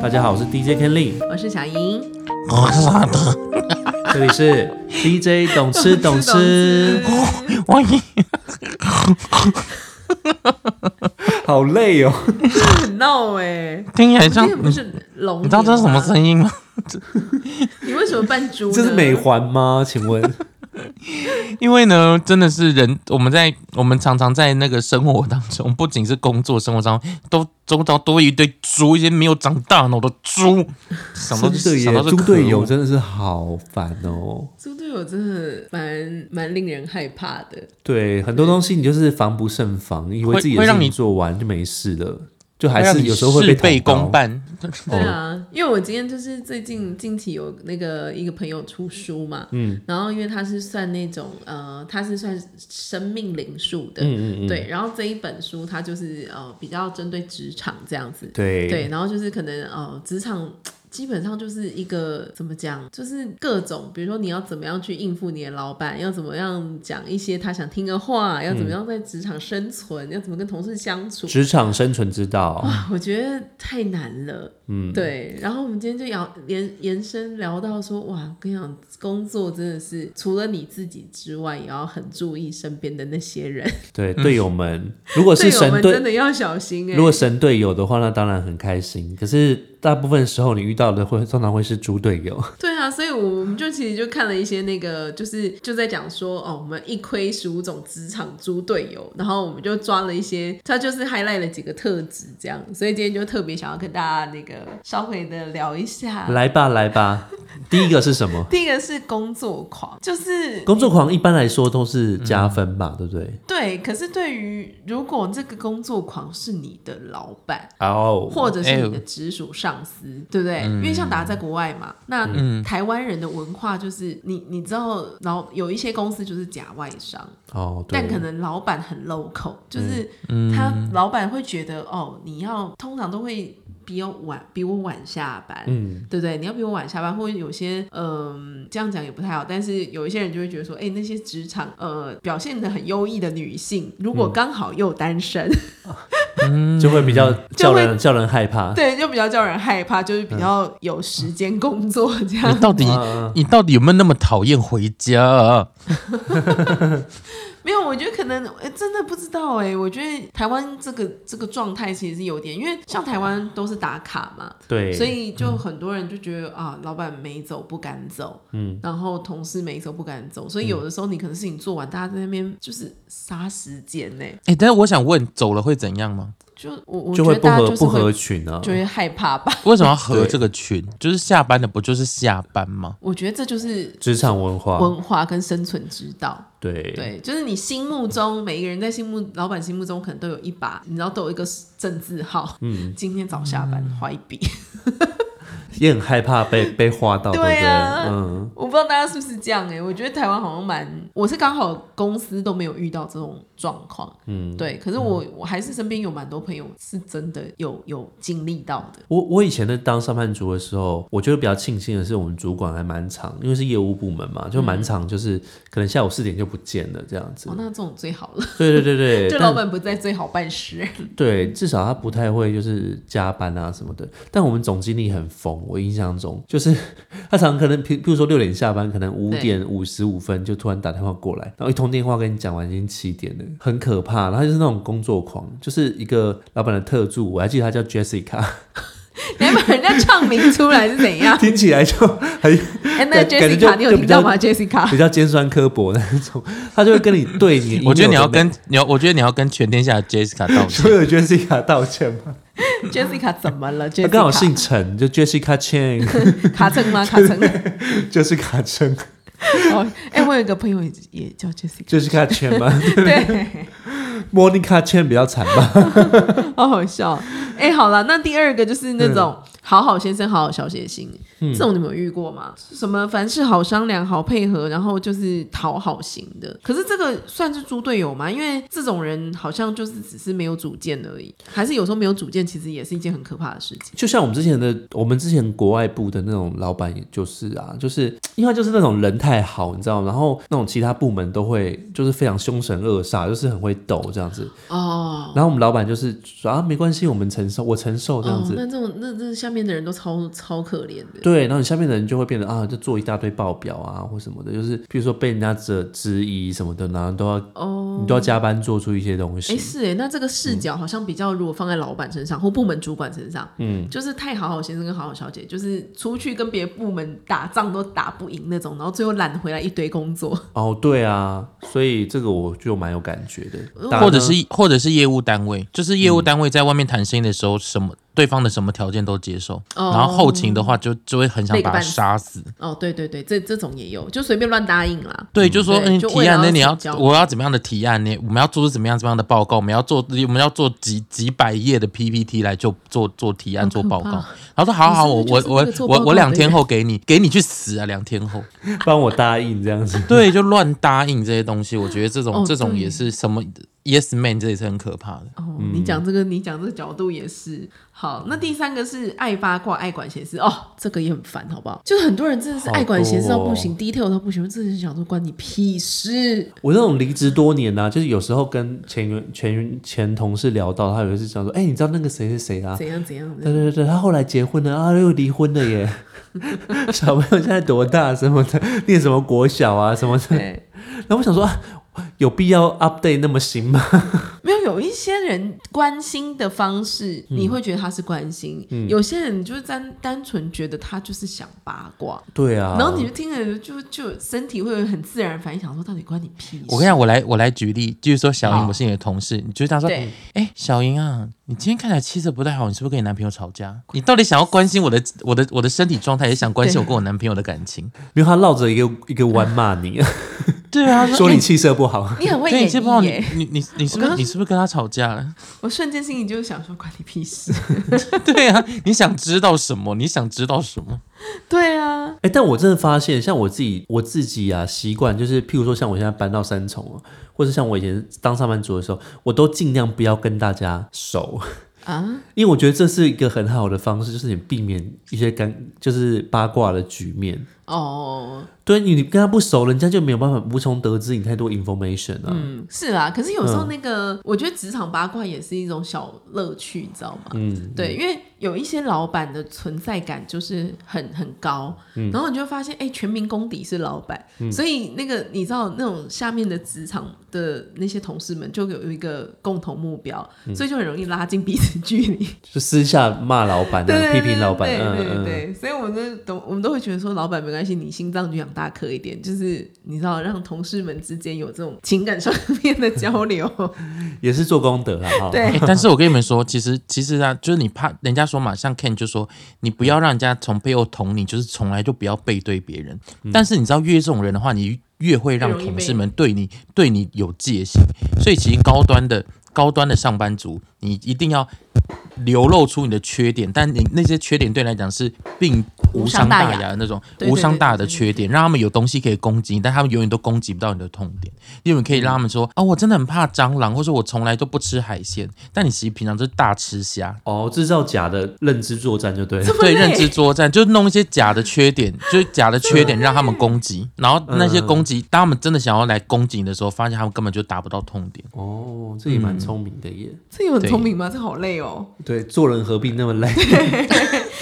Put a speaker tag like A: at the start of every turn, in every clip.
A: 大家好，我是 DJ Kenley，
B: 我是小莹，
C: 我哦是啊傻子，
A: 这里是 DJ 懂吃懂吃，
C: 我也
A: 好累哦。
B: 很闹哎，
C: 听起来
B: 今
C: 像
B: 天
C: 你，
B: 不
C: 你
B: 是龙，
C: 知道这是什么声
B: 音？
C: 音吗？
B: 你为什么扮猪呢？
A: 这是美环 吗？请问
C: 因为呢，真的是人，我们在我们常常在那个生活当中，不仅是工作生活当中，都周遭多一堆猪，一些没有长大脑的猪，想到
A: 真
C: 就
A: 的
C: 想
A: 耶
C: 到，就哦
A: 猪队友
C: 可恶
A: 真的是好烦哦。
B: 猪队友真的蛮蛮令人害怕的。
A: 对，很多东西你就是防不胜防，以为
C: 会
A: 自己的
C: 会
A: 事
C: 让
A: 情
C: 你
A: 做完就没事了，就还
C: 让
A: 是
C: 哎你
A: 有时候会
C: 事
A: 被哦
C: 倍
A: 捅刀
C: 功。半。
B: 对啊，因为我今天就是最近近期有那个一个朋友出书嘛，嗯，然后因为他是算那种呃，他是算生命灵数的，
A: 嗯嗯嗯，
B: 对，然后这一本书它就是呃比较针对职场这样子，
A: 对
B: 对，然后就是可能呃，职场基本上就是一个怎么讲，就是各种，比如说你要怎么样去应付你的老板，要怎么样讲一些他想听的话，要
A: 嗯
B: 怎么样在职场生存，要怎么跟同事相处。
A: 职场生存之道，
C: 嗯
B: 哇，我觉得太难了，嗯，对。然后我们今天就聊延延伸聊到说，哇，我跟你讲，工作真的是除了你自己之外，也要很注意身边的那些人，
A: 对队友们，如果哦
B: 队
A: 是
B: 友
A: 神
B: 们
A: 队，
B: 真的要小心哎、
A: 如果神队友的话，那当然很开心。可是大部分时候你遇到的会通常会是猪队友，
B: 对啊，所以我们就其实就看了一些那个，就是就在讲说哦，我们一窥十五种职场猪队友，然后我们就抓了一些，他就是 highlight 了几个特质这样，所以今天就特别想要跟大家那个稍微的聊一下。
A: 来吧来 吧，第一个是什么？
B: 第一个是工作狂，就是
A: 工作狂一般来说都是加分吧，对不对？
B: 对，可是对于如果这个工作狂是你的老板，
A: 哦，
B: 或者是你的直属上司，对不对？因为像达在国外嘛，那台湾人的文化就是你你知道，然后有一些公司就是假外商，
A: 哦，对
B: 但，可能老板很 local，就是
A: 嗯
B: 他老板会觉得哦，你要通常都会比我晚比我晚下班，
A: 嗯，
B: 对不对？你要比我晚下班，或者有些嗯、这样讲也不太好，但是有一些人就会觉得说，哎，那些职场呃表现的很优异的女性，如果刚好又单身，
A: 嗯就会比较叫
B: 会
A: 人叫人害怕。
B: 对，就比较叫人害怕，就是比较有时间工作这样。
C: 你到底
A: 嗯
C: 你到底有没有那么讨厌回家啊？
B: 没有，我觉得可能、呃真的不知道哎、我觉得台湾这个这个状态其实是有点，因为像台湾都是打卡嘛，
A: 对，
B: 所以就很多人就觉得、啊，老板没走不敢走，
A: 嗯，
B: 然后同事没走不敢走，所以有的时候你可能事情做完，大家在那边就是杀时间呢、
C: 哎、但是我想问，走了会怎样吗？
B: 就我我
A: 就
B: 觉
A: 会
B: 得
A: 不
B: 大家
A: 合
B: 就是
A: 不合
B: 会
A: 群啊。
B: 就会害怕吧。
C: 为什么要合
A: 对
C: 这个群？就是下班的不就是下班吗？
B: 我觉得这就是
A: 职场文化，
B: 文化跟生存之道。
A: 啊对
B: 对，就是你心目中每一个人在心目老板心目中可能都有一把，你知道都有一个政治号。嗯，今天早下班画一笔，
A: 也很害怕 被被划到，对不
B: 对
A: 对？
B: 啊
A: 嗯，
B: 我不知道大家是不是这样哎、我觉得台湾好像蛮，我是刚好公司都没有遇到这种状况。嗯，对，可是我我还是身边有蛮多朋友是真的有有经历到的。
A: 我我以前在当上班族的时候，我觉得比较庆幸的是，我们主管还蛮长，因为是业务部门嘛，就蛮长，就是可能下午四点就不见了这样子
B: 嗯哦，。那这种最好了，
A: 对对对对，
B: 就老
A: 但
B: 板不在最好办事。
A: 对，至少他不太会就是加班啊什么的。但我们总经理很疯，我印象中就是他常可能，譬譬如说六点下班，可能五
B: 对
A: 点五十五分就突然打电话过来，然后一通电话跟你讲完已经七点了，很可怕。然后他就是那种工作狂，就是一个老板的特助，我还记得他叫 Jessica，？
B: 你还把人家唱名出来是怎样
A: 听起来就很
B: 哎、那
A: 感感觉就
B: Jessica，你有
A: 就比
B: 听到
A: 较
B: 吗 ？Jessica，
A: 比较尖酸刻薄那种，他就会跟你对你。
C: 我觉得你要
A: 应 有的
C: 跟你要，我觉得你要跟全天下的 Jessica 道
A: 没
C: 歉
A: 所。有 Jessica 道歉吗？
B: Jessica 怎么了
A: 他
B: ？Jessica
A: 刚好姓陈，就 Jessica Chen，
B: 卡称吗？ 卡称。
A: 就是卡称，
B: 哦，哎、我有一个朋友也也叫 Jessica，
A: Jessica Chen 吗？
B: 对，
A: Monica Chen 比较惨吧？
B: 好好笑。哎、好了，那第二个就是那种
A: 嗯
B: 好好先生、好好小姐心，这种你们有遇过吗？什么凡事好商量、好配合，然后就是讨好型的。可是这个算是猪队友吗？因为这种人好像就是只是没有主见而已，还是有时候没有主见，其实也是一件很可怕的事情。
A: 就像我们之前的，我们之前国外部的那种老板，也就是啊，就是因为他就是那种人太好，你知道吗？然后那种其他部门都会就是非常凶神恶煞，就是很会斗这样子。
B: 哦。
A: 然后我们老板就是说啊，没关系，我们承受，我承受这样
B: 哦，
A: 子。
B: 那这种那那下面面的人都超超可怜的。
A: 对，然后你下面的人就会变得啊，就做一大堆报表啊或什么的，就是比如说被人家质质疑什么的，然后都要
B: 哦，
A: 你都要加班做出一些东
B: 哎、
A: 西。
B: 是哎，那这个
A: 嗯
B: 视角好像比较，如果放在老板身上或部门主管身上，
A: 嗯，
B: 就是太好好先生跟好好小姐，就是出去跟别的部门打仗都打不赢那种，然后最后揽回来一堆工作。
A: 哦，对啊，所以这个我就蛮有感觉
B: 哦
A: 的，大家
C: 或者
A: 呢
C: 是或者是业务单位，就是业务单位在外面谈生意的时候，什么对方的什么条件都接受，
B: 嗯哦
C: 然后后勤的话就就会很想
B: 累个
C: 把他
B: 半死
C: 杀死。
B: 哦，对对对，这这种也有，就随便乱答应啦。
C: 对，就说
B: 对
C: 嗯，
B: 就为
C: 提
B: 了
C: 案
B: 要
C: 那你要
B: 成交
C: 我要怎么样的提案呢？我们要做出怎么样怎么样的报告？我们要做我们要做几几百页的 PPT 来就做做提案
B: 好
C: 做
B: 可
C: 报
B: 怕
C: 告。然后说好好，我
B: 你是不
C: 我
B: 是就是那个做
C: 我
B: 报
C: 我
B: 告
C: 我
B: 的
C: 两天
B: 人
C: 后给你，给你去死啊！两天 后，
A: 帮我答应这样子。
C: 对，就乱答应这些东西，我觉得这种
B: 哦
C: 这种
B: 对
C: 也是什么 yes man，这也是很可怕的。
B: 哦，
A: 嗯
B: 你讲这个，你讲这个角度也是好。那第三个是爱八卦、爱管闲事哦，这个也很烦，好不好？就是很多人真的是
A: 好
B: 爱管闲事到不行、
A: 多哦
B: d e t a i l 到不行，我真的是想说关你屁事。
A: 我那种离职多年啊，就是有时候跟前员前前同事聊到，他有一次讲说，哎、你知道那个谁谁谁啊？
B: 怎样怎样？
A: 对对对，他后来结婚了啊，又离婚了耶。 小朋友现在多大什么的，念什么国小啊什么的。
B: 对，
A: 然后我想说，啊有必要 update 那么新吗？
B: 没有有一些人关心的方式，
C: 嗯
B: 你会觉得他是关心；有些人就是单单纯觉得他就是想八卦，
A: 对啊，
B: 然后你就听着就就身体会有很自然的反应，想说到底关你屁事？
C: 我跟你讲，我来我来举例，就是说小
B: 好
C: 莹，我是你的同事，你就这样说，
B: 对
C: 哎，小莹啊，你今天看起来气色不太好，你是不是跟你男朋友吵架？你到底想要关心我的我的我的身体状态，也想关心我跟我男朋友的感 情？
A: 没有他绕着一个一个弯骂你，
C: 对啊，
A: 说你气色不好。
B: 你很会
C: 对
B: 演
C: 你是不知
B: 绎
C: 道你
B: 耶！
C: 你你你是
B: 我
C: 不
B: 刚
C: 是
B: 刚
C: 你是不是跟他吵架了？
B: 我瞬间心里就想说关你屁事。
C: 对啊，你想知道什么？你想知道什么？
B: 对啊，
A: 哎、但我真的发现，像我自己，我自己啊，习惯就是，譬如说，像我现在搬到三重啊，或者像我以前当上班族的时候，我都尽量不要跟大家熟，
B: 啊，
A: 因为我觉得这是一个很好的方式，就是你避免一些尴，就是八卦的局面。
B: 哦，
A: 对你你跟他不熟，人家就没有办法无从得知你太多 information 啊。
B: 嗯，是啦。可是有时候那个，我觉得职场八卦也是一种小乐趣，你知道吗？
A: 嗯，
B: 对，因为有一些老板的存在感就是很很高，
A: 嗯
B: 然后你就会发现，哎、全民公敌是老板，所以那个你知道那种下面的职场的那些同事们就有一个共同目标，
A: 嗯
B: 所以就很容易拉近彼此距 离。
A: 就私下骂老板、
B: 对
A: 啊，
B: 对
A: 批评老板，
B: 对
A: 嗯
B: 对对
A: 嗯嗯。
B: 对所以我们都懂，我们都会觉得说，老板没关系，你心脏就养大颗一点，就是你知道，让同事们之间有这种情感上面的交流。
A: 嗯也是做功德啦 哈。
B: 对
C: 哎，但是我跟你们说，其实其实啊，就是你怕人家说嘛，像 Ken 就说，你不要让人家从背后捅你，就是从来就不要背对别人。但是你知道，越这种人的话，你越会让
B: 越容易被
C: 同事们对你对你有戒心。所以其实高端的高端的上班族，你一定要流露出你的缺点，但你那些缺点对你来讲是并无伤大雅的那种
B: 对对对
C: 无伤大雅的缺点，让他们有东西可以攻击你，但他们永远都攻击不到你的痛点。因为你可以让他们
B: 嗯
C: 说啊、我真的很怕蟑螂，或者我从来都不吃海鲜，但你其实平常就是大吃虾。
A: 哦，制造假的认知作战就对了。
B: 么累
C: 对认知作战，就是弄一些假的缺点，就是假的缺点让他们攻
B: 嗯
C: 击，然后那些攻击，当他们真的想要来攻击你的时候，发现他们根本就达不到痛点。
A: 哦，这也蛮聪明的耶。
B: 这有很
C: 对
B: 聪明吗？这好累哦，
A: 对，做人何必那么累？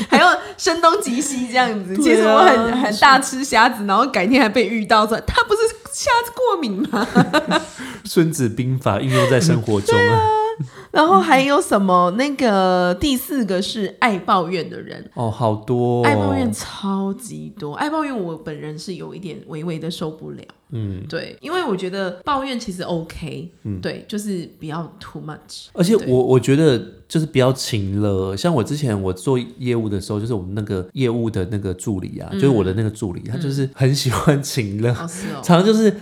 B: 还要声东击西这样 子。
A: 对啊
B: 其实我很很大吃虾子，然后改天还被遇到说他不是虾子过敏吗？
A: 《孙子兵法》运用在生活中啊。
B: 然后还有什么？那个第四个是爱抱怨的人，
A: 哦，好多、哦。
B: 爱抱怨超级多，爱抱怨我本人是有一点微微的受不了。
A: 嗯，
B: 对，因为我觉得抱怨其实 OK，、对，就是不要 too much。
A: 而且
B: 对
A: 我我觉得就是比较勤了，像我之前我做业务的时候，就是我们那个业务的那个助理啊，就是我的那个助理，他就是很喜欢勤了。
B: 嗯哦，是 哦，
A: 常常就是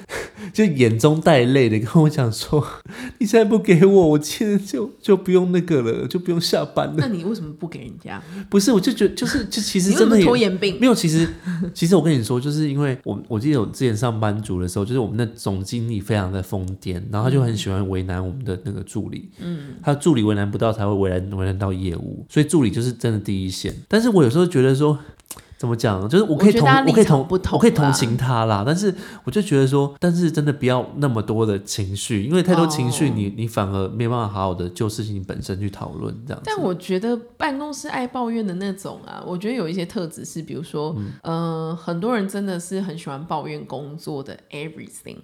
A: 就眼中带泪的跟我讲说，你现在不给我，我今天就就不用那个了，就不用下班了
B: 那。你为什么不给人家？
A: 不是，我就觉得就是就其实
B: 你为什
A: 真的
B: 么
A: 有
B: 拖延病？
A: 没有，其实 其实我跟你说，就是因为我我记得我之前上班族的时候，就是我们的总经理非常的疯癫，然后他就很喜欢为难我们的那个助理，嗯，他助理为难不到才会为难为难到业务，所以助理就是真的第一线。但是我有时候觉得说。怎么讲？就是我可以
B: 我觉得
A: 同
B: 大家立
A: 我可以
B: 场
A: 同
B: 不
A: 我
B: 同
A: 可以
B: 吧
A: 同情他啦，但是我就觉得说，但是真的不要那么多的情绪，因为太多情绪
B: 哦
A: 你，你、反而没有办法好好的就事情本身去讨论这样子。
B: 但我觉得办公室爱抱怨的那种啊，我觉得有一些特质是，比如说，嗯、很多人真的是很喜欢抱怨工作的 everything，、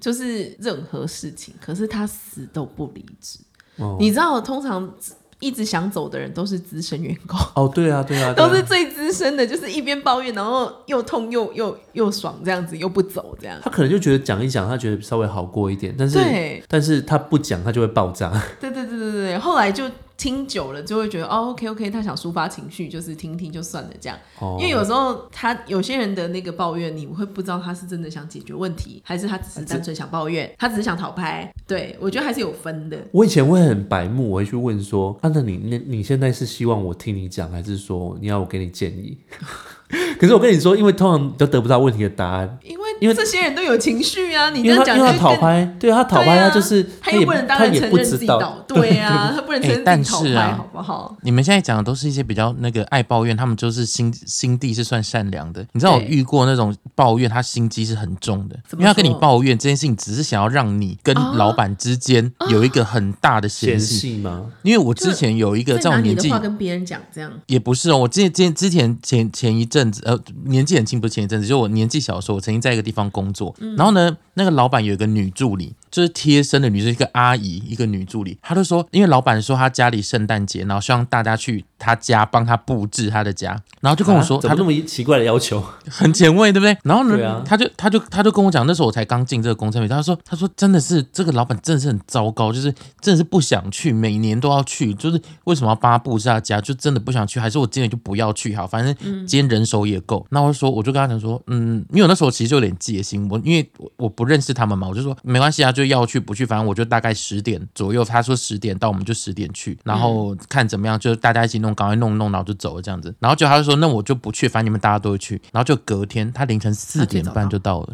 B: 就是
A: 嗯
B: 任何事情，可是他死都不离职。
A: 哦
B: 你知道，通常一直想走的人都是资深员工。
A: 哦，对啊，对啊，对啊
B: 都是最资深的，就是一边抱怨，然后又痛又又又爽，这样子又不走，这样。
A: 他可能就觉得讲一讲，他觉得稍微好过一点，但是
B: 对
A: 但是他不讲，他就会爆炸。
B: 对对对对对，后来就听久了，就会觉得哦，OK OK，他想抒发情绪，就是听听就算了这样。
A: 哦，
B: 因为有时候他有些人的那个抱怨，你会不知道他是真的想解决问题，还是他只是单纯想抱怨，他只是想讨拍。对我觉得还是有分的。
A: 我以前会很白目，我会去问说：“啊，那你那你现在是希望我听你讲，还是说你要我给你建议？” 可是我跟你说，因为通常都得不到问题的答案，
B: 因
A: 因为
B: 为这些人都有情绪啊，你这
A: 因为
B: 样
A: 他
B: 讲
A: 因
B: 就
A: 为他
B: 更
A: 讨拍，对啊他讨拍，
B: 对啊
A: 他就是
B: 他
A: 也
B: 又不能当
A: 他
B: 然
A: 也
B: 承
A: 不
B: 认自
A: 知
B: 己
A: 道
B: 倒，，对啊，他不能承
C: 哎
B: 认
C: 但
B: 自己讨
C: 是
B: 拍，
C: 啊
B: 好不好？
C: 你们现在讲的都是一些比较那个爱抱怨，他们就是心心地是算善良的。你知道我
B: 对
C: 遇过那种抱怨，他心机是很重的，
B: 怎
C: 因
B: 么
C: 为他跟你
B: 说
C: 抱怨这件事情，只是想要让你跟
B: 啊
C: 老板之间有一个很大的嫌
A: 嫌
C: 隙。
B: 哦
A: 隙吗？
C: 因为我之前有一个在
B: 再
C: 我
B: 拿你
C: 年
B: 的
C: 纪
B: 话跟别人讲，这样
C: 也不是哦，我之前之前前前一阵子，呃，年纪很轻，不是前一阵子，就我年纪小的时候，我曾经在一个地方工作，
A: 嗯
C: 然后呢，那个老板有一个女助理，就是贴身的女生，一个阿姨，一个女助理，她就说，因为老板说她家里圣诞节，然后希望大家去她家帮她布置她的家，然后就跟我说，
A: 啊
C: 她
A: 怎么那么奇怪的要求？
C: 很前卫，对不对？然后
A: 对
C: 呢，
A: 啊
C: 他就他就他就跟我讲，那时候我才刚进这个公司没，他说他说真的是这个老板真的是很糟糕，就是真的是不想去，每年都要去，就是为什么要帮他布置他家，就真的不想去，还是我今年就不要去好，反正
A: 嗯
C: 今天人手也够。那我就说，我就跟他讲说，嗯，因为我那时候其实就有点戒心，我因为我我不认识他们嘛，我就说没关系啊，就要去不去，反正我就大概十点左右，他说十点到，我们就十点去，然后看怎么样，就是大家一起弄，赶快弄一弄，然后就走了这样子。然后就他就说，那我就不去，反正你们大家都会去。然后就隔天，他凌晨四点半就到了。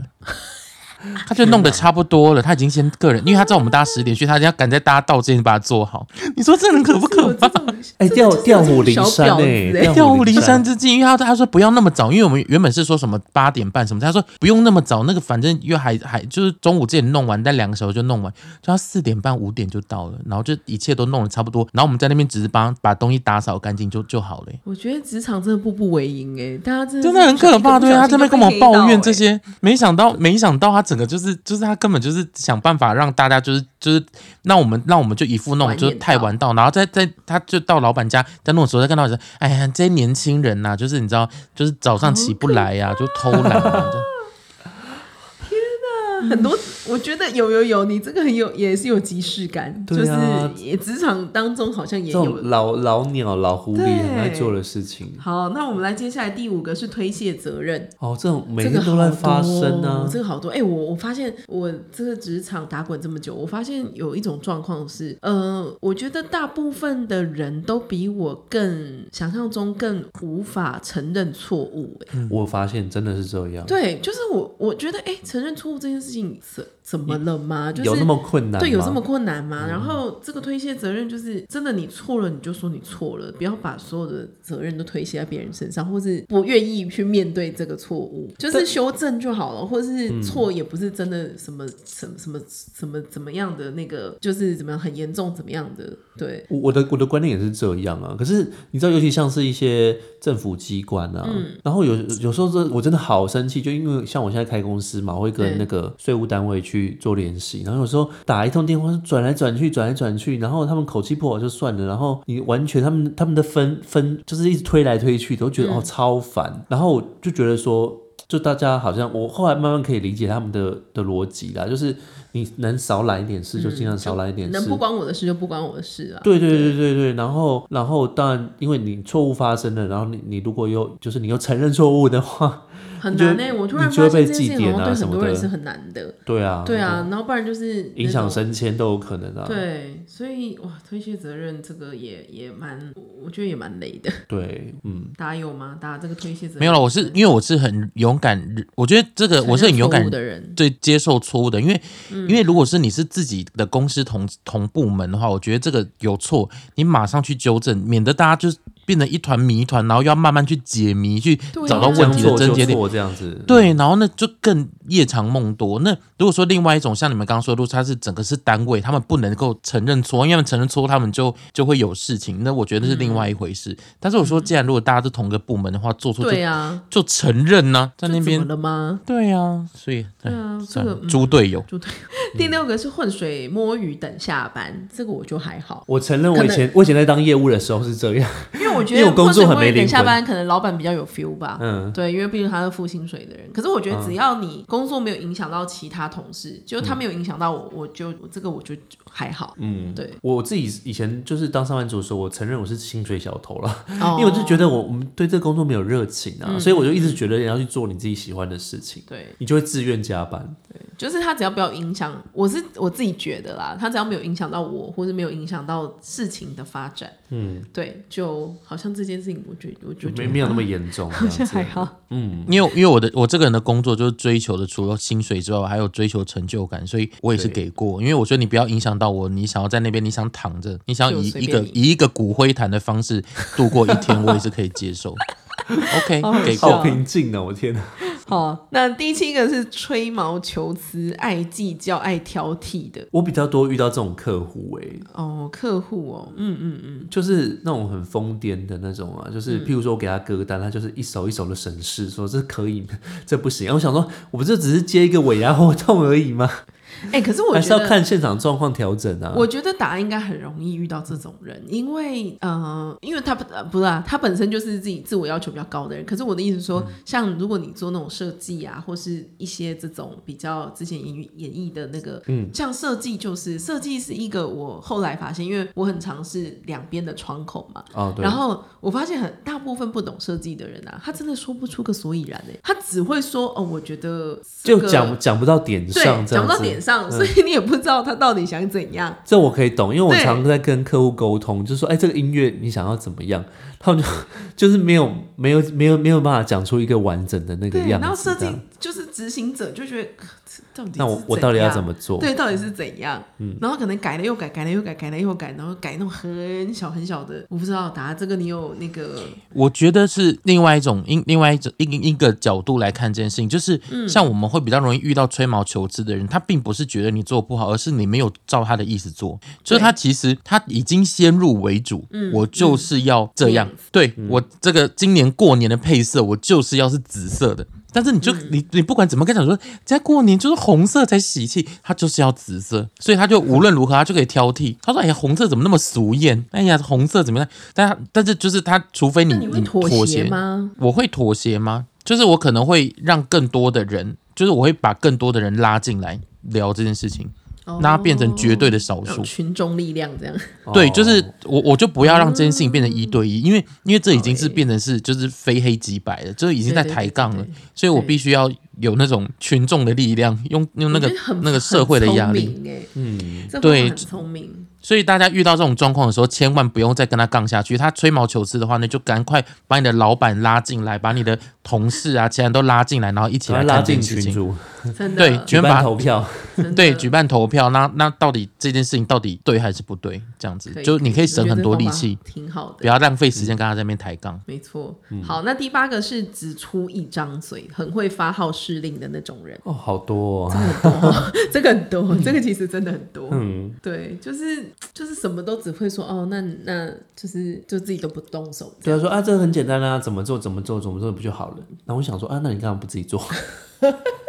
C: 他就弄得差不多了，他已经先个人，因为他知道我们大家十点去，他要赶在大家到之前把它做好。你说这人可不可怕？
A: 哎，
B: 这
A: 调
B: 就是
A: 调
B: 这种
A: 虎离
B: 小
A: 山
B: 婊
A: 哎
B: 子，哎
C: 调虎离山之计，因为他他说不要那么早，因为我们原本是说什么八点半什么，他说不用那么早，那个反正因为还还就是中午之前弄完，但两个小时就弄完，就他四点半五点就到了，然后就一切都弄得差不多，然后我们在那边只是帮把东西打扫干净就就好了、
B: 我觉得职场真的步步为营哎，大家真的
C: 真
B: 真
C: 的很可怕，对啊，他这边跟我抱怨这
B: 些。
C: 些，没想到，没想到他整个就是，就是他根本就是想办法让大家就是就是，让我们让我们就一副那种
B: 晚
C: 就是
B: 点
C: 太
B: 到
C: 晚到，然后再再他就到老板家，在那种时候再跟他说，哎呀，这些年轻人呐、就是你知道，就是早上起不来呀、就偷懒、啊，就
B: 很多，我觉得有有有，你这个很有也是有即视感，
A: 对啊
B: 就是也职场当中好像也
A: 这
B: 有
A: 种。老老鸟、老狐狸
B: 对
A: 很爱做的事情。
B: 好，那我们来接下来第五个是推卸责任，
A: 哦，这种每
B: 这
A: 天
B: 个
A: 都
B: 好
A: 在
B: 多
A: 发生
B: 哦
A: 啊
B: 这。个好多。哎、我我发现我这个职场打滚这么久，我发现有一种状况是，呃，我觉得大部分的人都比我更想象中更无法承认错误、哎
A: 我发现真的是这样，
B: 对，就是我，我觉得，哎、承认错误这件事情怎怎么了吗？就是
A: 有那么困难吗？嗯
B: 对，有这么困难吗？然后这个推卸责任就是真的，你错了你就说你错了，不要把所有的责任都推卸在别人身上，或是不愿意去面对这个错误，就是修正就好了，或
A: 嗯
B: 是错也不是真的什么什么什么什么怎么样的那个，就是怎么样很严重怎么样的，对，
A: 我我的我的观念也是这样啊，可是你知道，尤其像是一些政府机关啊，
B: 嗯
A: 然后有有时候这我真的好生气，就因为像我现在开公司嘛，我会
B: 对
A: 跟那个税务单位去做联系，然后有时候打一通电话转来转去，转来转去，然后他们口气不好就算了，然后你完全他们他们的分分就是一直推来推去，都
B: 嗯
A: 觉得、哦超烦，然后我就觉得说。就大家好像，我后来慢慢可以理解他们的的逻辑啦，就是你能少揽一点事，就尽量少揽一点事，
B: 嗯能不关我的事就不关我的事啊。
A: 对对对对对，然后然后当然，因为你错误发生了，然后你你如果又就是你又承认错误的话，
B: 很
A: 你就
B: 难呢、我突然
A: 你就会
B: 发现
A: 被
B: 这件事
A: 祭
B: 情
A: 奠
B: 好像
A: 啊
B: 对
A: 什
B: 很
A: 么
B: 多人
A: 的
B: 是很难的。
A: 对啊，
B: 对啊，然后不然就是
A: 那种，影响
B: 生。
A: 升迁都有可能啊。
B: 对，所以哇，推卸责任这个也也蛮，我觉得也蛮累的。
A: 对，嗯，
B: 大家有吗？大家这个推卸责任
C: 没有了。我是因为我是很勇敢，我觉得这个
B: 承认
C: 我是很勇
B: 错
C: 敢
B: 误的人，
C: 对接受错误的，因为、
B: 嗯
C: 因为如果是你是自己的公司同同部门的话，我觉得这个有错，你马上去纠正，免得大家就是变成一团谜团，然后要慢慢去解谜，去
B: 对啊
C: 找到问
A: 将
C: 题的
A: 错
C: 症
A: 就
C: 结点。
A: 错这样子，嗯
C: 对，然后那就更夜长梦多。那如果说另外一种像你们刚刚说的，如果它是整个是单位，他们不能够承认错，因为他们承认错，他们就就会有事情。那我觉得是另外一回事。但是我说，既然如果大家都同个部门的话，做错
B: 嗯
C: 就、
B: 对啊，
C: 就承认呢、在
B: 这怎
C: 那
B: 么
C: 边。
B: 了吗？
C: 对啊，所以
B: 对
C: 对
B: 啊
C: 算
B: 这
C: 了
B: 个嗯，
C: 猪队友。
B: 第六个是浑水摸鱼等下班，这个我就还 好，
A: 我承认我
B: 可
A: 以
B: 能
A: 前我以前在当业务的时候是这样，
B: 因为我觉
A: 因为
B: 得
A: 我工
B: 浑
A: 作
B: 水
A: 很
B: 摸
A: 没
B: 鱼等
A: 灵
B: 下
A: 魂
B: 班可能老板比较有 feel 吧。
A: 嗯，
B: 对，因为毕竟他是付薪水的人。可是我觉得只要你工作没有影响到其他同事，就他没有影响到我，我就我这个我就还好。嗯，对，
A: 我自己以前就是当上班族的时候，我承认我是薪水小偷了，
B: 因
A: 因为我就觉得我我们对这个工作没有热情啊，所以我就一直觉得你要去做你自己喜欢的事情，
B: 对，
A: 你就会自愿加班。
B: 就是他只要不要影响，我是我自己觉得啦，他只要没有影响到我，或者没有影响到事情的发展，嗯，对，就好像这件事情，我觉得我觉
A: 没
B: 得
A: 没有那么严重，
B: 好
A: 这样
B: 像
A: 子
B: 还好，
C: 因为因为我的我这个人的工作就是追求的，除了薪水之外，我还有追求成就感，所以我也是
A: 对
C: 给过。因为我觉得你不要影响到我，你想要在那边，你想躺着，你想要以
B: 就随
C: 一
B: 便
C: 个
B: 你
C: 以一个骨灰坛的方式度过一天，我也是可以 接受。OK，
B: 好好
C: 给
B: 笑
C: 过。
A: 好平静哦，我天哪！
B: 好，那第七个是吹毛求疵、爱计较、爱挑剔的
A: 我比较多遇到这种客户诶、
B: 哦，客户哦，嗯嗯嗯，
A: 就是那种很疯癫的那种啊，就是譬如说我给他歌单，他就是一首一首的审视，说这可以， 这不行。我想说，我不就只是接一个尾牙活动而已吗？
B: 哎、可 是我
A: 还
B: 觉
A: 是要
B: 得。
A: 看现场状况调整啊。
B: 我觉得达应该很容易遇到这种人，因为呃，因为他不、呃、不是啊，他本身就是自己自我要求比较高的人。可是我的意思是说，
A: 嗯
B: 像如果你做那种设计啊，或是一些这种比较之前演演绎的那个，嗯，像设计就是设计是一个我后来发现，因为我很尝试两边的窗口嘛，
A: 哦，对
B: 然，后我发现很大部分不懂设计的人啊，他真的说不出个所以然哎、他只会说哦，我觉得这
A: 就
B: 个
A: 讲讲不到点
B: 对
A: 上，这
B: 讲
A: 样
B: 不到点
A: 子。嗯
B: 上，所以你也不知道他到底想怎样。
A: 这我可以懂，因为我
B: 对
A: 常在跟客户沟通，就说，哎，这个音乐你想要怎么样？他们就 就是没有没有没有没有办法讲出一个完整的那个
B: 对，
A: 样
B: 然后
A: 子。
B: 设
A: 这
B: 计
A: 样
B: 就是执行者就觉得，呃这到底
A: 那
B: 是
A: 我我到底要
B: 样
A: 怎么做？
B: 对，到底是怎样？
C: 嗯
B: 然后可能改了又改，改了又改，改了又改，然后改那种很小很小的，我不知道答这个你有那个
C: 我觉得是另外一种另另外一种一一一个角度来看这件事情，就是像我们会比较容易遇到吹毛求疵的人，他并不是觉得你做不好，而是你没有照他的意思做，就是他其实他已经先入为主，我就是要这样，对我这个今年过年的配色，我就是要是紫色的。但是你就、你你不管怎么跟他讲说，在过年就是红色才喜气，他就是要紫色，所以他就无论如何他就可以挑剔。他说：“哎呀，红色怎么那么俗艳？哎呀，红色怎么样？”但但是就是他，除非你
B: 那你会妥
C: 嗯妥
B: 协吗？
C: 我会妥协吗？就是我可能会让更多的人，就是我会把更多的人拉进来聊这件事情，
B: 哦
C: 让它变成绝对的少
B: 那
C: 数
B: 种。哦群众力量这样。
C: 对，
A: 哦
C: 就是我我就不要让这件事情变成
B: 嗯
C: 一对一，因为因为这已经是
B: 好欸
C: 变成是就是非黑即白了，就是已经在
B: 对对
C: 抬
B: 对
C: 杠
B: 对
C: 了
B: 对，
C: 所以我
B: 对
C: 必须要有那种群众的力量，用用那
B: 我
C: 个
B: 觉得很
C: 那个社会的压力。，
B: 哎，嗯，这
C: 对
B: 方法很聪 明。
C: 所以大家遇到这种状况的时候，千万不用再跟他杠下去。他吹毛求疵的话呢，就赶快把你的老板拉进来，把你的同事啊、其他人都拉进来，然后一起
A: 把
C: 来
A: 它拉
C: 看这
A: 进
C: 件事
A: 群
C: 情。
A: 组，
B: 真
C: 对
B: 的，
A: 举
C: 全把
A: 办投票。
B: 真的
C: 对，举办投票，那那到底这件事情到底对还是不对？这样子，
B: 可以
C: 就你可以省
B: 我觉得
C: 很
B: 这
C: 多
B: 方
C: 力
B: 法
C: 气，
B: 挺好
C: 不
B: 的。
C: 要浪费
A: 嗯
C: 时间跟他在那边抬杠。
B: 没错，
C: 嗯
B: 好，那第八个是只出一张嘴，很会发号施令的那种人。
A: 哦，好多、哦，
B: 这个很多，这个其实真的很多。嗯，对，就是就是什么都只会说哦，那那就是就自己都不动手。
A: 对他说啊，这个很简单啊，怎么做怎么做怎么做不就好了？然后我想说啊，那你干嘛不自己做？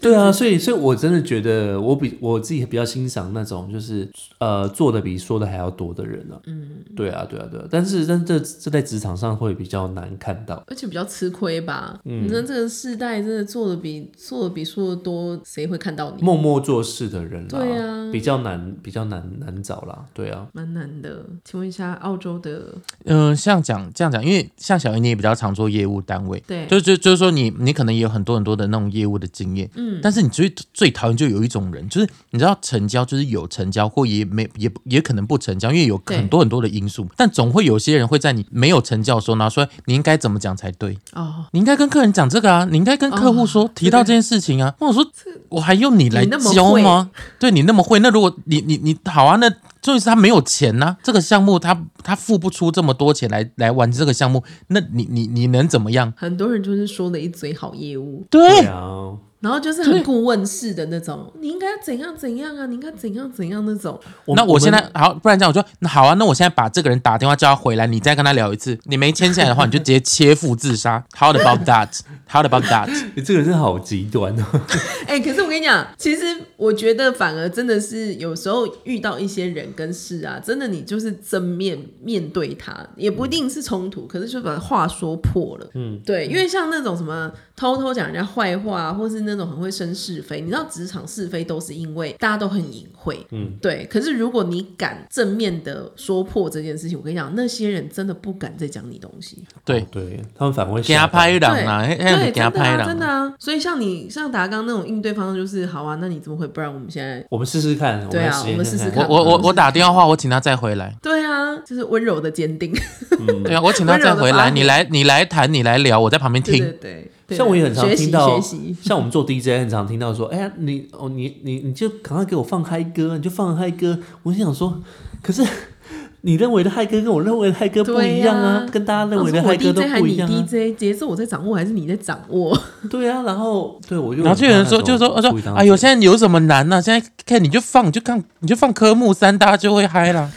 A: 对啊，所以所以我真的觉得我比我自己比较欣赏那种就是呃做的比说的还要多的人啊。嗯，对啊，对啊，对啊。但是但这这在职场上会比较难看到。
B: 而且比较吃亏吧，嗯，那这个世代真的做的比做的比说的多，谁会看到你？
A: 默默做事的人啦、
B: 对啊
A: 比较难，比较难难找啦，对啊，
B: 蛮难的。请问一下，澳洲的
C: 嗯、像讲这样讲，因为像小云你也比较常做业务单位，
B: 对
C: 就就就是说你你可能也有很多很多的那种业务的经验，嗯，但是你最最讨厌就有一种人，就是你知道成交就是有成交或也没也也可能不成交，因为有
B: 对
C: 很多很多的因素，但总会有些人会在你没有成交的时候，然后说你应该怎么讲才对，
B: 哦，
C: 你应该跟客人讲这个啊，你应该跟客户说、提到这件事情啊。那我说，我还用你来
B: 你那么
C: 教
B: 会
C: 吗？对你那么会，那如果你你你好啊，那重点是他没有钱呐、这个项目他他付不出这么多钱来来玩这个项目，那你你你能怎么样？
B: 很多人就是说了一嘴好业务，
A: 对
C: 对，
A: 啊，
B: 然后就是很顾问式的那种，你应该怎样怎样啊，你应该怎样怎样那种。
C: 那我现
A: 们
C: 在好，不然这样，我说那好啊，那我现在把这个人打电话叫他回来，你再跟他聊一次，你没签下来的话，你就直接切腹自杀。How about that? How about that?
A: 你这个人真的好极端哦。
B: 哎、可是我跟你讲，其实我觉得反而真的是有时候遇到一些人跟事啊，真的你就是正面面对他，也不一定是冲突，可是就把话说破了。嗯，对，因为像那种什么偷偷讲人家坏话，啊或是那种很会生是非，你知道职场是非都是因为大家都很隐晦。嗯，对。可是如果你敢正面的说破这件事情，我跟你讲，那些人真的不敢再讲你东西。
C: 对，
A: 哦对他们反而会
C: 给他
A: 吓到
C: 拍档
B: 对
C: 啊，
B: 对，
C: 那个给他
B: 真的
C: 拍
B: 啊，
C: 档
B: 真的。啊。所以像你像达刚那种应对方式就是，好啊，那你怎么会不然我们现在
A: 我们试试看，
B: 对啊
A: 我
B: 我
A: 来
B: 们
A: 实验
B: 试
A: 看
B: 试
C: 我
A: 看
B: 看
C: 我我我打电话，我请他再回来。
B: 对啊，就是温柔的 坚定，嗯
C: 对啊，我请他再回
B: 温柔地发
C: 来，
B: 言
C: 你来你来谈，你来聊，我在旁边
B: 对
C: 听
B: 对。对对。啊
A: 像我也很常
B: 学习
A: 听到
B: 学习，
A: 像我们做 DJ 很常听到说，哎呀，你哦，你你你就赶快给我放嗨歌，你就放嗨歌。我心想说，可是 你认为的嗨歌跟我认为的嗨歌不一样啊，
B: 对啊
A: 跟大家认为的
B: 我
A: 嗨歌
B: DJ
A: 都
B: 还
A: 不一
B: 你
A: 样啊。
B: DJ 节奏我在掌握哎还是你在掌握？
A: 对啊，然后对我就
C: 然后就有人说，就说，我说，哎呦，现在有什么难呢、现在看你就放，你就看，你就放科目三，大家就会嗨啦。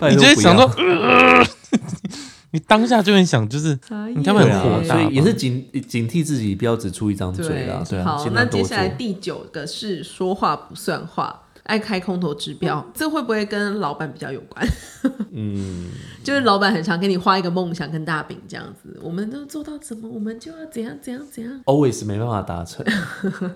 A: 在哎
C: 你就会想说，呃 你当下就会想，就是你他们
A: 对
C: 很火
A: 啊，
C: 大
A: 所
C: 吧
A: 以也是警警惕自己，不要只出一张嘴啦。对啊，
B: 好，
A: 尽
B: 那
A: 量多
B: 接
A: 做
B: 下来 第九个是说话不算话，爱开空头支票，这会不会跟老板比较有关？
A: 嗯，
B: 就是老板很常给你画一个梦想跟大饼这样子，我们都做到怎么，我们就要怎样怎样怎样。
A: always 没办法达成。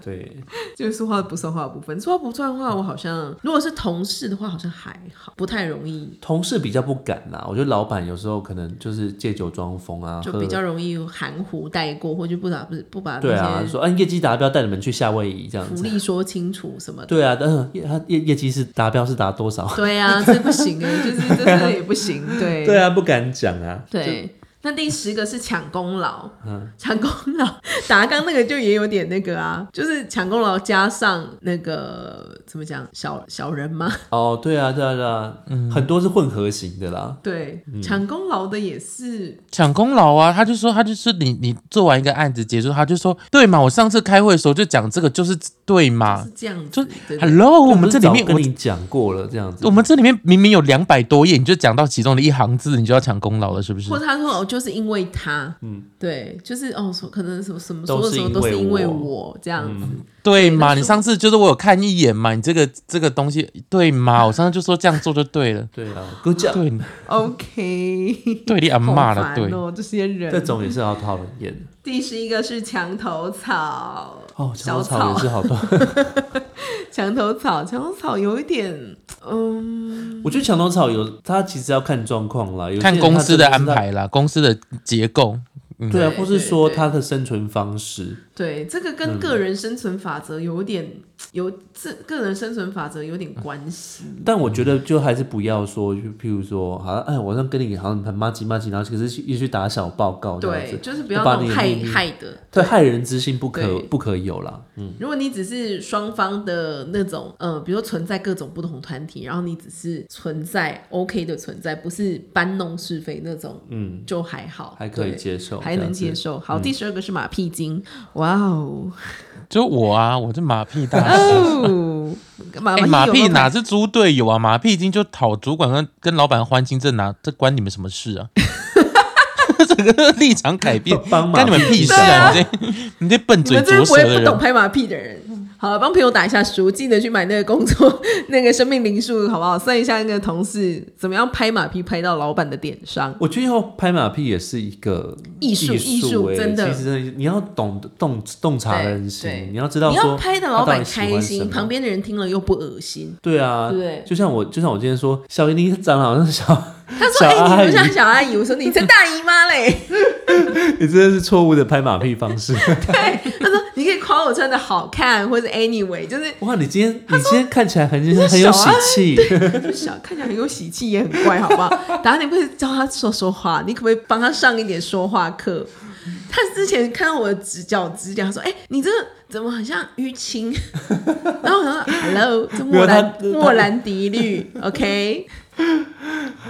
A: 对，
B: 就是说话不算话的部分，说话不算话，我好像如果是同事的话，好像还好，不太容易，
A: 同事比较不敢啦，我觉得老板有时候可能就是借酒装疯啊，
B: 就
A: 喝
B: 比较容易含糊带过，或就不打不不把
A: 对啊
B: 那，些
A: 说啊业绩达标带你们去夏威夷这样
B: 福
A: 子。
B: 利说清楚什么的。
A: 对啊， 但是业他业业绩是达标是达多少？
B: 对啊，这不行哎，就是这真的也不行，对
A: 对啊，不敢讲啊。
B: 对。那第十个是抢功劳，
A: 嗯
B: 抢功劳， 达刚那个就也有点那个啊，就是抢功劳加上那个怎么讲，小小人吗？
A: 哦，对啊，对啊，对啊，
C: 嗯
A: 很多是混合型的啦。
B: 对，
A: 嗯
B: 抢功劳的也是
C: 抢功劳啊！他就说，他就是你，你做完一个案子结束，他就说，对嘛，我上次开会的时候就讲这个，就是对
A: 啊
C: 嘛
B: 是。这样
C: 就
B: 子，对不对
C: Hello，我们哦这里面
A: 跟
C: 我
A: 你讲过了，这样子。
C: 我们这里面明明有两百多页，你就讲到其中的一行字，你就要抢功劳了，是不是
B: 或？者他说哦，就是因为他，嗯，对，就是哦，说可能什么什么
A: 都
B: 说
A: 是
B: 什么
A: 因
B: 都
A: 为
B: 是因为
A: 我嗯
B: 我这样子，
C: 对嘛？
B: 但是
C: 你上次就是我有看一眼嘛，你这个这个东西对嘛？我上次就说这样做就对了，
A: 对啊，给我讲，
C: 对
B: OK，
C: 对，你阿骂了，对。
B: 哦，这些
A: 这
B: 人。
A: 种也是好讨人厌。
B: 第十一个是墙头草，
A: 哦，小
B: 小
A: 草也是好多。
B: 墙头草，墙头草有一点，嗯，
A: 我觉得墙头草有，它其实要看状况啦，有些
C: 看
A: 人
C: 公
A: 他
C: 司
A: 真
C: 的
A: 是
C: 安
A: 他。
C: 排啦，公司的结构。嗯
A: 对啊，
B: 对
A: 或是
B: 对
A: 说
B: 对
A: 他的生存方式，
B: 对，这个
A: 嗯
B: 跟个人生存法则有一点有这个人生存法则有点关系，
A: 但我觉得就还是不要说，就譬如说，好像哎，我好像跟你好像很麻吉麻吉，然后可是又去打小报告这样
B: 对，
A: 子，
B: 就是不要
A: 把
B: 那种
A: 你的
B: 害
A: 秘密
B: 害的，
A: 对害人之心不可
B: 对
A: 不可有啦。
B: 如果你只是双方的那种，呃，比如说存在各种不同团体，然后你只是存在 OK 的存在，不是搬弄是非那种，嗯，就还好，
A: 还可以
B: 对
A: 接受，
B: 还能
A: 受。
B: 接受。好，第十二个是马屁精，哇 哦，
C: 就我啊，我这马屁大师。
B: 哦，马
C: 哎，马屁哪
B: 拿
C: 是猪队友啊？马屁已经就讨主管跟跟老板欢心，这哪这关你们什么事啊？ 整个立场改变，
A: 帮马
C: 干你们屁事啊！你这你这笨
B: 你
C: 嘴
B: 们这
C: 拙
B: 是不
C: 舌
B: 会
C: 的
B: 不懂
C: 人，
B: 拍马屁的人。好了，帮朋友打一下书，记得去买那个工作 那个生命灵数，好不好？算一下那个同事怎么样拍马屁拍到老板的点上。
A: 我觉得要拍马屁也是一个
B: 艺术
A: 艺
B: 艺术
A: 欸
B: 真的
A: 其实真的你要懂洞洞察
B: 对
A: 人
B: 对
A: 心，你要知道
B: 你
A: 说
B: 要拍的
A: 他
B: 老
A: 到
B: 板
A: 底喜
B: 开
A: 欢什
B: 心，
A: 么
B: 旁边的人听了又不恶心。
A: 对啊，
B: 对不对
A: 就像我就像我今天说，小林你长得好像小，
B: 他说：“
A: 小
B: 哎、你
A: 阿
B: 不
A: 姨
B: 像小阿姨。”我说：“你才大姨妈嘞。
A: 你真的是错误的拍马屁方式。”
B: 他说：“你可以夸我穿的好看，或者 anyway，就是
A: 哇，你今天你今天看起来很
B: 是
A: 很有
B: 小
A: 喜
B: 啊
A: 气，
B: 就是小，看起来很有喜气，也很乖，好不好？达，你可不可以教他说说话？你可不可以帮他上一点说话课？他之前看到我的指脚指甲，说：“哎、你这怎么很像淤青？” 然后我想说：“Hello，这
A: 没
B: 莫
A: 有他
B: 兰
A: 他
B: 莫兰迪绿，OK？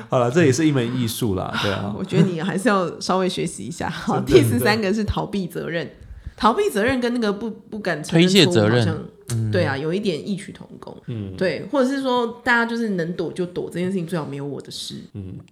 A: 好了，这也是一门艺术 啦，对啊。
B: 我觉得你还是要稍微学习一下。好，
A: 真的
B: 第十三个是逃避责任，逃避责任跟那个不不敢承认
C: 推卸
B: 错误
C: 责
B: 好
C: 任
B: 像，
A: 嗯
B: 对啊，有一点异曲同工。嗯，对，或者是说大家就是能躲就躲，这件事情最好没有我的事。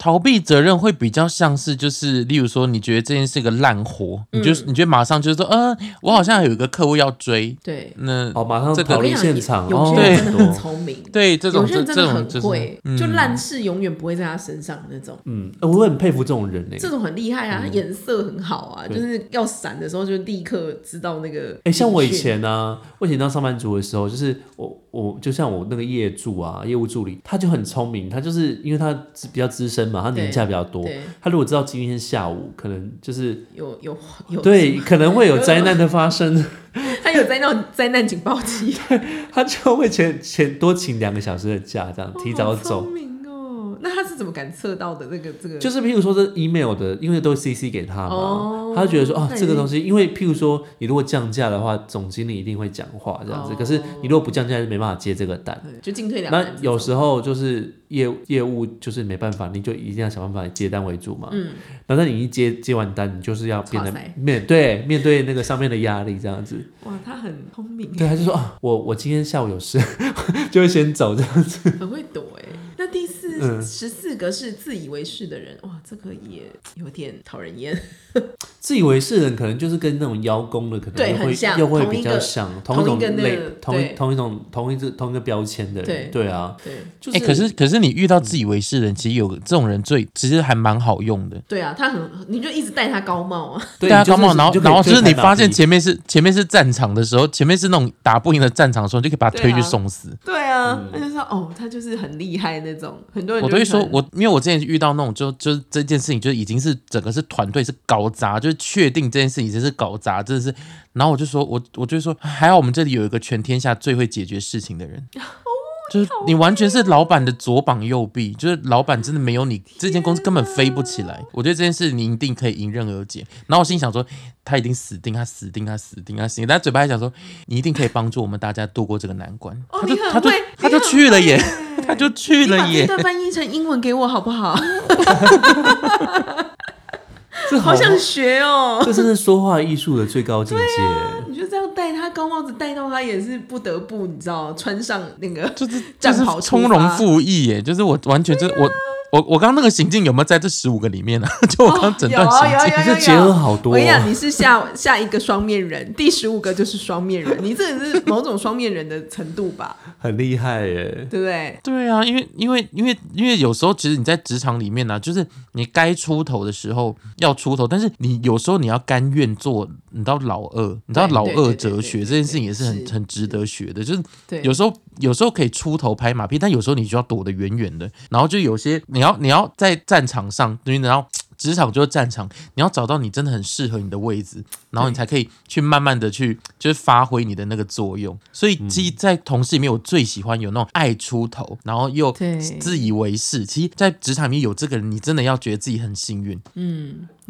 C: 逃避责任会比较像是就是，例如说，你觉得这件事个烂活，你就你就马上就是说，嗯、我好像有一个客户要追，
B: 对，
C: 那
A: 哦，马上
C: 这个
A: 逃
B: 我跟
A: 离
B: 你讲
A: 现场，
B: 有
A: 哦，
B: 些人
C: 对
B: 真的很聪明，
C: 对这种
B: 有些
C: 这
B: 人真的
C: 这种
B: 很
C: 就是
B: 会，就烂事永远不会在他身上那种。
A: 嗯，呃我很佩服这种人呢。
B: 这种很厉害
A: 嗯
B: 啊，他颜色很好啊，就是要闪的时候就立刻知道那个。
A: 哎、像我以，前呢、我以前当上班族的时候，就是我我就像我那个业助啊，业务助理，他就很聪明，他就是因为他比较资深嘛，他年假比较多
B: 对，
A: 他如果知道今天下午可能就是
B: 有有有，
A: 对，可能会有灾难的发生，
B: 他有灾难灾难警报器，
A: 他就会前前多请两个小时的假，这样 提早
B: 哦好
A: 走。
B: 聪明哦，那他是怎么感测到的？这个这个
A: 就是譬如说这 email 的，因为都 CC 给他嘛，
B: 哦
A: 他就觉得说啊
B: 那也
A: 这个东西，因为譬如说你如果降价的话，总经理一定会讲话这样子，
B: 哦
A: 可是你如果不降价就没办法接这个单。
B: 对就进退两
A: 那
B: 难。
A: 有时候就是业业务就是没办法，你就一定要想办法以接单为主嘛。
B: 嗯，
A: 然后那你一接接完单，你就是要变得
B: 哇塞
A: 面对面对那个上面的压力这样子。
B: 哇，他很聪明，
A: 对，他就说啊，我我今天下午有事， 就会先走这样子。
B: 很会躲哎。 那第四
A: 嗯
B: 十四个是自以为是的人，哇，这个也有点讨人厌。
A: 自以为是的人可能就是跟那种邀功的可能
B: 对
A: 又
B: 很
A: 会
B: 像
A: 又会
B: 同
A: 比
B: 一个
A: 较像，
B: 同
A: 同一
B: 一
A: 种
B: 个那
A: 类
B: 个，
A: 同一
B: 对
A: 同一种同一个同一个标签的人。
B: 对
A: 对啊，
B: 对
A: 就
C: 哎、
A: 是
C: 可是可是你遇到自以为是的人，其实有这种人最其实还蛮好用的。
B: 对啊，他很，你就一直戴他高帽啊。
A: 对
C: 啊，
A: 你就
C: 高
A: 是
C: 帽，然
A: 你就可
C: 后
A: 以
C: 然后就
A: 推
C: 是
A: 开
C: 你
A: 打
C: 发现
A: 屁
C: 前面是前面是战场的时候，前面是那种打不赢的战场的时候，你就可以把他推
B: 对
C: 去
B: 啊
C: 送死。
B: 对
A: 嗯
B: 啊，他就说哦，他就是很厉害那种，很多人
C: 我
B: 就
C: 都会说，
B: 很
C: 我因为我之前遇到那种就就是这件事情，就已经是整个是团队是搞砸，就是确定这件事情真是搞砸，真的是。然后我就说，我我就会说，还好我们这里有一个全天下最会解决事情的 人。就是你完全是老板的左膀右臂，就是老板真的没有你，这间公司根本飞不起来。我觉得这件事你一定可以迎刃而解。然后我心想说，他一定死定，他死定，他死定，他死定。但他嘴巴还讲说，你一定可以帮助我们大家度过这个难关。
B: 哦
C: 他就
B: 你很
C: 他就
B: 会
C: 他就去了耶，他就去
B: 你
C: 了
B: 把
C: 耶
B: 这。段翻译成英文给我好不好？
A: 这
B: 嗯好想学哦。
A: 这真是说话艺术的最高境界。
B: 你就这样戴他高帽子，戴到他也是不得不，你知道，穿上那 个
C: 就是就
B: 战
C: 是
B: 袍出
C: 从容
B: 发啊
C: 赴义耶，就是我完全就是我我我刚刚那个行径有没有在这十五个里面呢、 就我刚整段
B: 哦有啊有
C: 行径，
A: 你
B: 有有
A: 这
B: 有，
A: 结合好多哦
B: 我跟你讲，你是下下一个双面人，第十五个就是双面人，你这也是某种双面人的程度吧，
A: 很厉害耶。
B: 对不对？
C: 对啊，因为因为因为因为有时候其实你在职场里面呢、就是你该出头的时候要出头，但是你有时候你要甘愿做，你知道老二，你知道
B: 对
C: 老
B: 对
C: 二
B: 对对
C: 哲
B: 对
C: 学
B: 对
C: 这件
B: 对
C: 事情也是很
B: 是
C: 很值得学的，就是
B: 对，
C: 有时候有时候可以出头拍马屁，但有时候你就要躲得远远的。然后就有些你要你要在战场上，因为你要职场就是战场，你要找到你真的很适合你的位置，然后你才可以去慢慢的去就是发挥你的那个作
B: 嗯
C: 用。所以其实，在同事里面，我最喜欢有那种爱出头，然后又
B: 对
C: 自以为是。其实，在职场里面有这个人，你真的要觉得自己很幸运。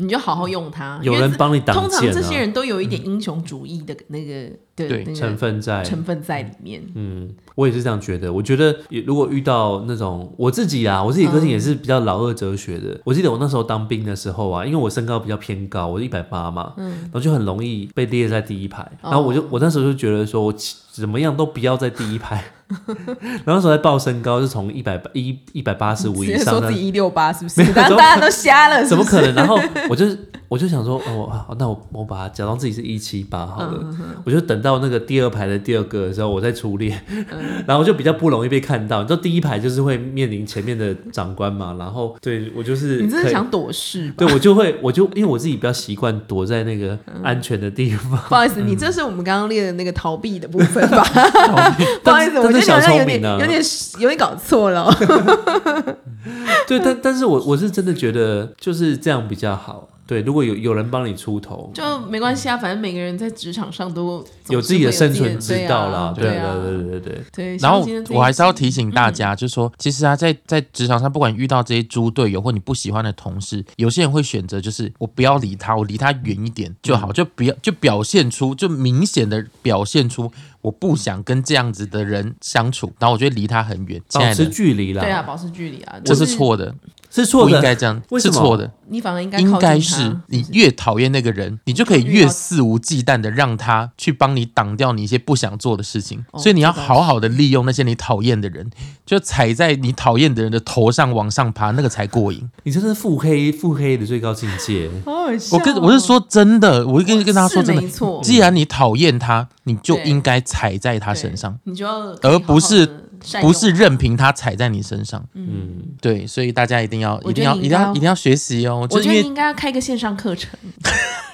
B: 你就好好用它，
A: 有
B: 因为
A: 人
B: 这
A: 帮你挡
B: 通常
A: 箭
B: 这
A: 啊
B: 些人都有一点英雄主义的那个的
C: 对
B: 那
A: 成
B: 个
A: 分在，
B: 成分在里面，
A: 哎嗯，我也是这样觉得。我觉得也如果遇到那种我自己啊，我自己个性也是比较老二哲学的。我记得我那时候当兵的时候啊，因为我身高比较偏高，我一百八嘛，然后就很容易被列在第一排。然后我就我那时候就觉得说，我起怎么样都不要在第一排。 然后那时候在报身高是从一百一一百八十五
B: 直
A: 以
B: 接
A: 上
B: 说
A: 的
B: 自己一六八是不是
A: 没有？
B: 然后大家都瞎了，是
A: 怎
B: 不
A: 么
B: 是
A: 可能？然 后我就我就想说，哦，好那我我把它假装自己是一七八好了，
B: 嗯
A: 我就等到那个第二排的第二个的时候，我再出列，
B: 嗯
A: 然后我就比较不容易被看到。你知道第一排就是会面临前面的长官嘛，然后对我就是
B: 你真
A: 可
B: 的
A: 以
B: 想躲事 吧？
A: 对我就会我就因为我自己比较习惯躲在那个安全的地 方，
B: 不好意思，你这是我们刚刚列的那个逃避的部分 吧？ 不好意
A: 但
B: 思，我觉得
A: 但是
B: 你
A: 小
B: 好像
A: 聪
B: 有点
A: 明啊呢
B: 有。点有点搞错了哦。
A: 对，但但是我我是真的觉得就是这样比较好。对，如果有有人帮你出头，
B: 就没关系啊，反正每个人在职场上都总
A: 有
B: 是
A: 自己的
B: 会
A: 生存之道啦，
B: 对啊
A: 对
B: 对啊
A: 对对对，
B: 对
C: 然
B: 相
C: 后
B: 信自己
C: 我还是要提
A: 嗯
C: 醒大家，就是说，其实啊，在在职场上，不管遇到这些猪队友或你不喜欢的同事，有些人会选择就是我不要理他，我离他远一点就
A: 嗯
C: 好，就不要就表现出就明显的表现出我
A: 嗯
C: 不想跟这样子的人相处，然后我就离他很远。亲
A: 保
C: 爱
A: 持
C: 的，
A: 距离啦，
B: 对啊，保持距离啊，
C: 这，
B: 就是
C: 错的，
A: 是错
C: 不应
A: 的，
C: 该这样，
A: 为什
C: 是
A: 么
C: 错的，
B: 你反而应该
C: 应
B: 靠近
C: 该
B: 他
C: 是你越讨厌那个人，你就可以
B: 遇
C: 越
B: 到
C: 肆无忌惮的让他去帮你挡掉你一些不想做的事情。
B: 哦
C: 所以你要
B: 这倒是
C: 好好的利用那些你讨厌的人，就踩在你讨厌的人的头上往上爬，那个才过瘾。
A: 你真的是腹黑腹黑的最高境 界。
B: 好好笑
C: 我
B: 哦
C: 跟我是说真的，我跟跟他说
B: 是
C: 真
B: 没
C: 的，
B: 错，
C: 既然你讨厌他，你就
B: 对
C: 应该踩在他
B: 他
C: 身上，
B: 你就要可以
C: 而不是
B: 好好地善用
C: 不是任凭他踩在你身上。
A: 嗯，
C: 对，所以大家一定要
B: 我
C: 一
B: 觉
C: 定
B: 得
C: 要
B: 你
C: 一
B: 应
C: 定
B: 该
C: 要
B: 要
C: 一定要学习哦。
B: 我
C: 就是
B: 觉
C: 因
B: 得
C: 为
B: 你应该要开个线上课程，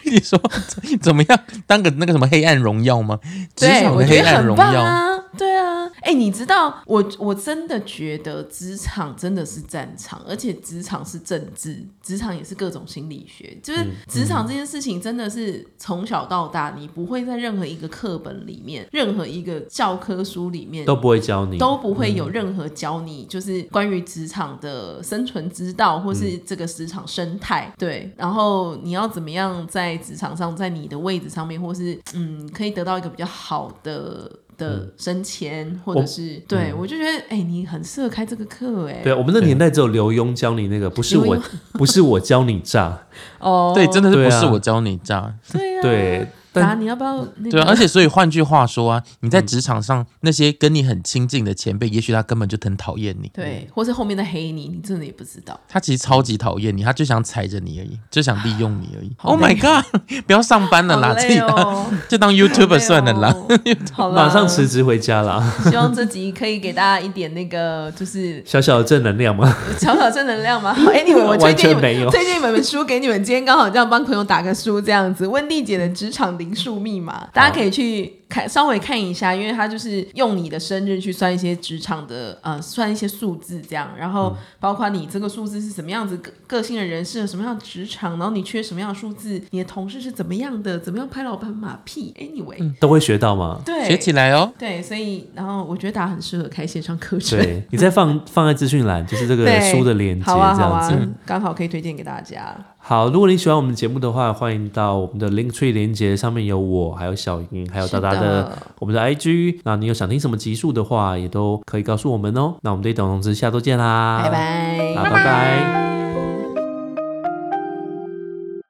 C: 你说怎么样当个那个什么黑暗荣耀吗？职
B: 对，
C: 场
B: 我
C: 的
B: 觉
C: 黑
B: 得
C: 暗
B: 很
C: 荣
B: 棒
C: 耀。
B: 啊，对啊，哎、你知道我我真的觉得职场真的是战场，而且职场是政治，职场也是各种心理学，
C: 嗯
B: 就是职场这件事情真的是从小到大，你不会在任何一个课本里面、任何一个教科书里面
A: 都不会教
C: 嗯
A: 你，
B: 都不会有任何教你，就是关于职场的生存之道，或是这个职场生态。对，然后你要怎么样在职场上，在你的位置上面，或是嗯，可以得到一个比较好的。的升迁，或者是对
C: 嗯
B: 我就觉得，哎、你很适合开这个课，哎，
A: 对啊，我们那年代只有刘墉教你那个，不是我
B: 刘，
A: 不是我教你诈，
B: 哦，
C: 对，真的是
A: 对
C: 不
A: 啊
C: 是我教你这样？
B: 对啊，
A: 对，
B: 达，
A: 但
B: 你要不要那
C: 对啊，
B: 个
C: 而？且所以换句话说啊，你在职场上那些跟你很亲近的前辈，也许他根本就很讨厌你，
B: 对，或是后面在黑你，你真的也不知道。
C: 他其实超级讨厌你，他就想踩着你而已，就想利用你而已。
B: 好
C: Oh
B: 累哦
C: my god！不要上班了
B: 好
C: 啦，自
B: 累
C: 己
B: 哦，
C: 就当 YouTuber 算了啦。
B: 好累哦，好啦
A: 马上辞职回家啦，
B: 希望这集可以给大家一点那个，就是
A: 小小的正能量嘛。
B: 小小正能量嘛。好 Anyway，我推荐
A: 完
B: 你
A: 全没
B: 们
A: 有
B: 推荐你们书给你们，今天刚好这样帮朋友打个书，这样子。温蒂姐的职场零数密码，大家可以去看稍微看一下，因为它就是用你的生日去算一些职场的呃，算一些数字这样，然
A: 嗯
B: 后包括你这个数字是什么样子，个个性的人适合什么样的职场，然后你缺什么样的数字，你的同事是怎么样的，怎么样拍老板马屁。Anyway，、
A: 都会嗯学到吗？
B: 对，
C: 学起来哦，
B: 对，所以然后我觉得大家很适合开线上课程。
A: 对，你再放放在资讯栏，就是这个
B: 对
A: 书的链接，这
B: 好啊好
A: 样子。嗯
B: 啊，刚好可以推荐给大家。
A: 好，如果你喜欢我们节目的话，欢迎到我们的 Link Tree 连接上面有我，还有小莹，还有达达
B: 是
A: 的
B: 的
A: 我们的 IG。那你有想听什么集数的话，也都可以告诉我们哦。那我们这一档同志下周见啦，
B: 拜拜，
A: 好，拜拜